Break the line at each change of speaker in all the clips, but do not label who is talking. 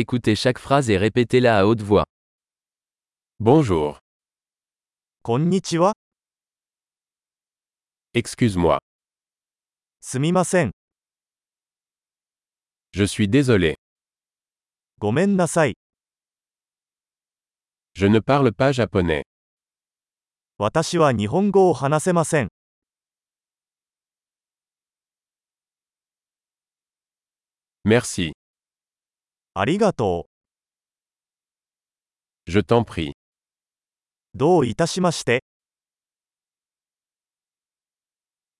Écoutez chaque phrase et répétez-la à haute voix.
Bonjour.
こんにちは。
Excuse-moi.
すみません。
Je suis désolé.
ごめんなさい。
Je ne parle pas japonais.
私は日本語を話せません。
Merci.
ありがと
Je t'en prie.
う。どういたしまして。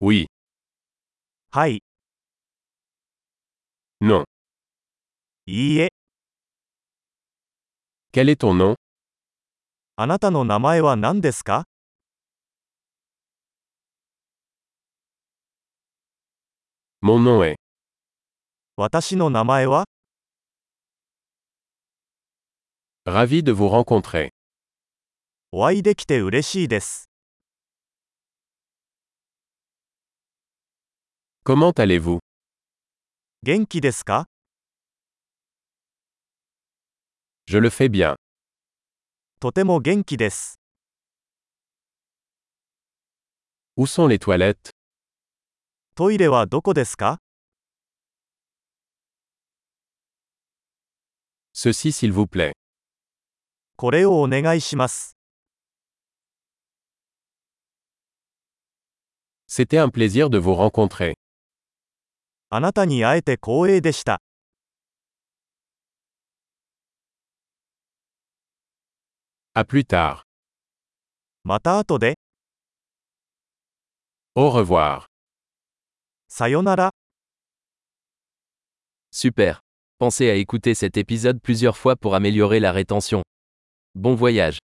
Oui.
はい、
Non.
いいえ。
Quel est ton nom
あなたの名前は何ですか
Mon nom est.
私の名前は
Ravi de vous rencontrer.
お会いできて嬉しいです。
Comment allez-vous
元気ですか
Je le fais bien.
とても元気です。
Où sont les toilettes
トイレはどこですか
Ceci s'il vous plaît.
これをお願いします。
C'était un plaisir de vous rencontrer.
あなたに会えて光栄でした。
À plus tard.
また後で、
Au revoir.
さよなら。
Super. Pensez à écouter cet épisode plusieurs fois pour améliorer la rétention. Bon voyage.